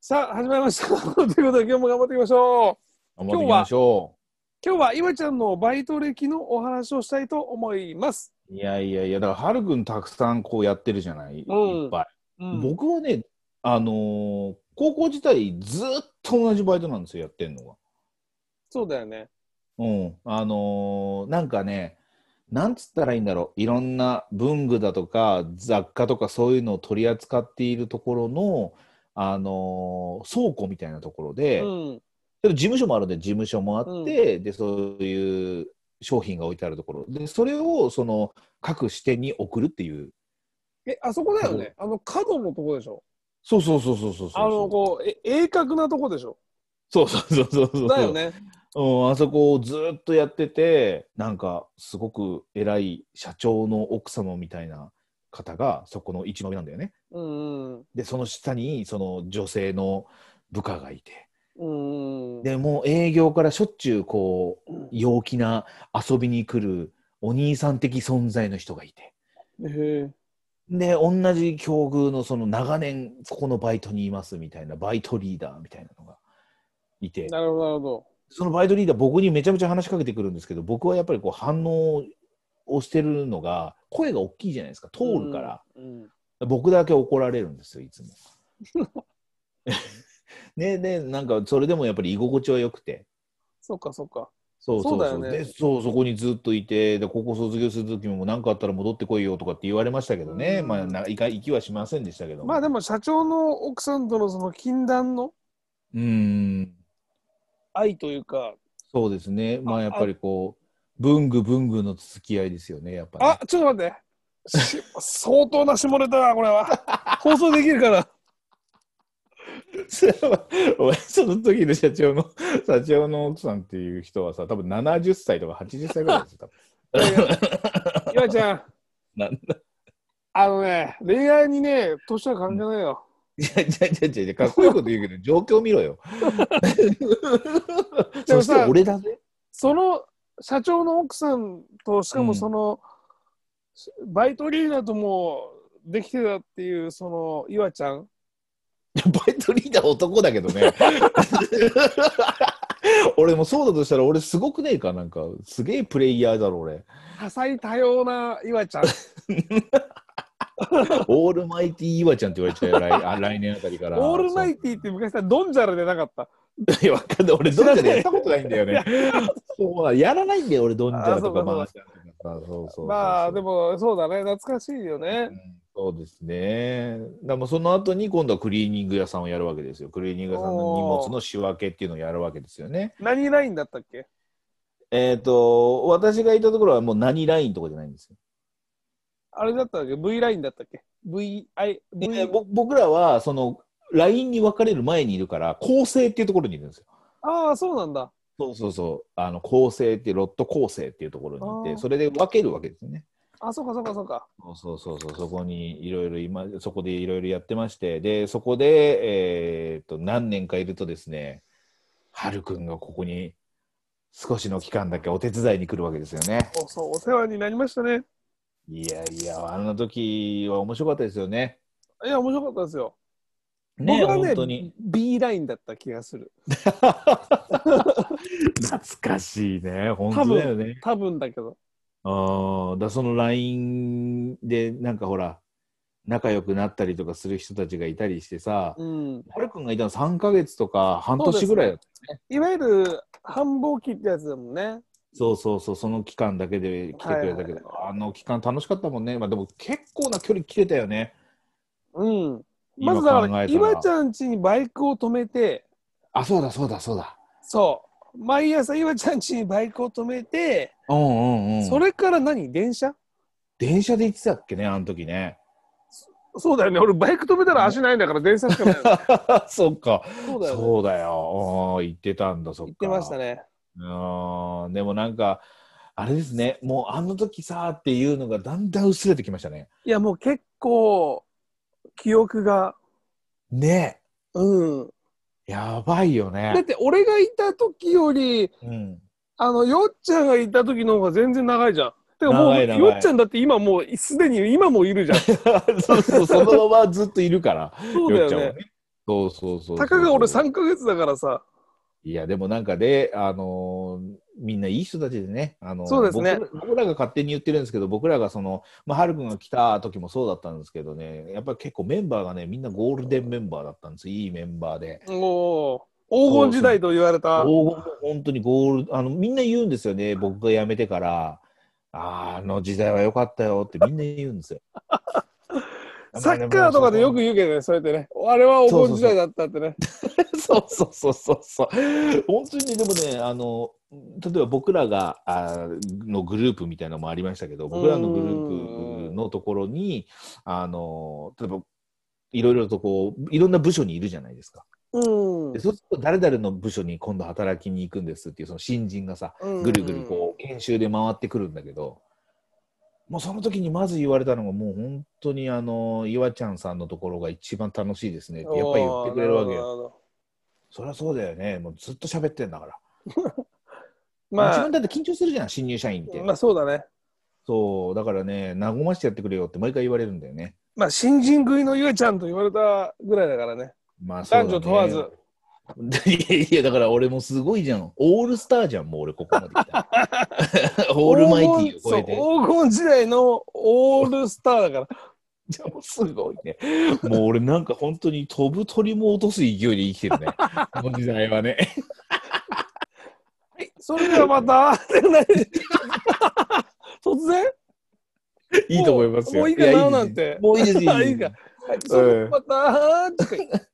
さあ、始まりました。 ということで、今日も頑張っていきましょう。頑張っていきましょ今日は、いわちゃんのバイト歴のお話をしたいと思います。う。いやいやいや、だから、はるくんたくさんこうやってるじゃない、うんいっぱい。うん僕はね、あのー高校時代、ずっと同じバイトなんですよ、やってんのが。そうだよね。うん。あのーなんかね、なんつったらいいんだろう。いろんな文具だとか、雑貨とか、そういうのを取り扱っているところの、あのー倉庫みたいなところで、うん。でも事務所もあるんで事務所もあって、でそういう商品が置いてあるところでそれをその各支店に送るっていうえ、あそこだよね。あの角のとこでしょ。そうそうそうそうそうそうあの、こう、え鋭角なとこでしょ。そうそうそうそうそうだよ、ね。うん、あそこをずっとやっててなんかすごく偉い社長の奥様みたいな方がそこの一番上なんだよねうん。うんでその下にその女性の部下がいてうん。でもう営業からしょっちゅうこううん陽気な遊びに来るお兄さん的存在の人がいてへえ。で同じ境遇のその長年ここのバイトにいますみたいなバイトリーダーみたいなのがいてなるほど、なるほど。そのバイトリーダー僕にめちゃめちゃ話しかけてくるんですけど僕はやっぱりこう反応をしてるのが声が大きいじゃないですか通るから、うん。僕だけ怒られるんですよいつも。 ねでなんかそれでもやっぱり居心地は良くてそっか、そっか。そうそうそうそうだよねでそうそこにずっといてで高校卒業する時も何かあったら戻ってこいよとかって言われましたけどね、うんまあないか行きはしませんでしたけどまあでも、社長の奥さんとのその禁断のうーん愛というか、そうですねまああやっぱりこう文具文具の付き合いですよねやっぱり、あ、ちょっと待って。し相当な下ネタだ、これは。放送できるから。それは お前その時の社長の 社長の奥さんっていう人はさ多分70歳とか80歳ぐらいですよ多分いやいや岩井ちゃん。なんあのね、恋愛にね、年は関係ないよ。 いやいやいやいやいやかっこいいこと言うけど状況見ろよでもさそして俺だぜその社長の奥さんと、しかもうんその、バイトリーダーともできてたっていう、その、岩ちゃん。バイトリーダー男だけど ね。俺もそうだとしたら俺すごくねえかなんかすげえプレイヤーだろ俺多彩多様な岩 ちゃん。オールマイティー岩ちゃんって言われちゃうよ来 あ来年あたりからオールマイティって昔さ、ドンジャラでなかった。 ィいやわかんない俺ドンジャラやったことないんだよね そうやらないんだよ俺ドンジャラあとかそうかマージャンとかさそうそうそうまあ、でも、そうだね。懐かしいようね。んそうですねだからもうその後に今度はクリーニング屋さんをやるわけですよクリーニング屋さんの荷物の仕分けっていうのをやるわけですよね何ラインだったっけえっ、と私がいたところはもう何ラインとかじゃないんですよあれだったっけ ?V ラインだったっけ ?V、I、で V、ぼ僕らはその LINE に分かれる前にいるから構成っていうところにいるんですよ。ああ、そうなんだ。そうそうそうあの構成ってロット構成っていうところにいあーてそれで分けるわけですね。あ、そうかそうかそうか。そうそうそうそうそこにいろいろ今そこでいろいろやってましてでそこで、えー、と何年かいるとですねはるくんがここに少しの期間だけお手伝いに来るわけですよね。おそうお世話になりましたね。いやいやあの時は面白かったですよね。いや、面白かったですよ。ね僕はね本当に B ラインだった気がする。 懐かしいね、本当だよね。多分だけど。あーだその LINE で、なんかほら、仲良くなったりとかする人たちがいたりしてさ、うん。はるくんがいたの3ヶ月とか半年ぐらいだったいわゆる繁忙期ってやつだもんね。そうそうそう、その期間だけで来てくれたけど、あの期間楽しかったもんね。まあでも結構な距離来てたよね。うん。ま今ずだか考ら、えいたらわちゃん家にバイクを止めて、あ、そうだそうだそうだ。そう。毎朝、いわちゃん家にバイクを止めて、うんうんうん。それから何電車電車で行ってたっけね、あの 時ね。そうだよね。俺、バイク止めたら足ないんだから、電車しかない。 そっか。そうだよね。そうだよ。うん行ってたんだ、そっ行か。ってましたね。うーんでもなんかあれですねもうあの時さーっていうのがだんだん薄れてきましたねいや、もう結構、記憶が、ねうん。えやばいよだっね、て、俺がいた時より、うん、 あの、よっちゃんがいた時の方が全然長いじゃん。てかもう、長い長いよっちゃんだって今も う、すでに今もいるじゃん。そうそうそのままずっといるからそうだよよっちゃんはね。ねそうそうそうそう。たかが俺3ヶ月だからさ、いや、でもなんかで、あのーみんないい人たちでね、あのーそうですね僕ら僕らが勝手に言ってるんですけど、僕らがその、まあ、はるくんが来た時もそうだったんですけどね、やっぱり結構メンバーがね、みんなゴールデンメンバーだったんですよ、いいメンバーで。もう黄金時代と言われた。。黄金も本当にゴールあの、みんな言うんですよね、僕が辞めてから、あーあの時代は良かったよってみんな言うんですよ サッカーとかでよく言うけどね、そうやってね、あれは黄金時代だったってね。 そうそうそうそうそう。本当にねでもね、あの、例えば僕らが、あのグループみたいなのもありましたけど、僕らのグループのところに、あの、例えば、いろいろとこう、いろんな部署にいるじゃないですか。うんで、そうすると誰々の部署に今度働きに行くんですっていう、その新人がさ、ぐるぐるこう、研修で回ってくるんだけど、もうその時にまず言われたのが、もう本当にあの、岩ちゃんさんのところが一番楽しいですねって、やっぱり言ってくれるわけよ。よ。そりゃそうだよね。もうずっと喋ってんだから。自ま分だって緊張するじゃん、新入社員って。あ、まあそうだね。そう、だからね、和ましてやってくれよって毎回言われるんだよね。まあ新人食いのゆえちゃんと言われたぐらいだからね。まあ、そうだ男ね女 問わず。。いやいや、だから俺もすごいじゃん。オールスターじゃん、もう俺ここまで来 た。オールマイティーを超えて。そう黄金時代のオールスターだから。すごいね。もう俺なんか本当に飛ぶ鳥も落とす勢いで生きてるね。この時代はね。それではまた、 ってない突然いいと思いますよ。もういいかななんてもういいです、いいですいいか。はいそれではまた、とか言って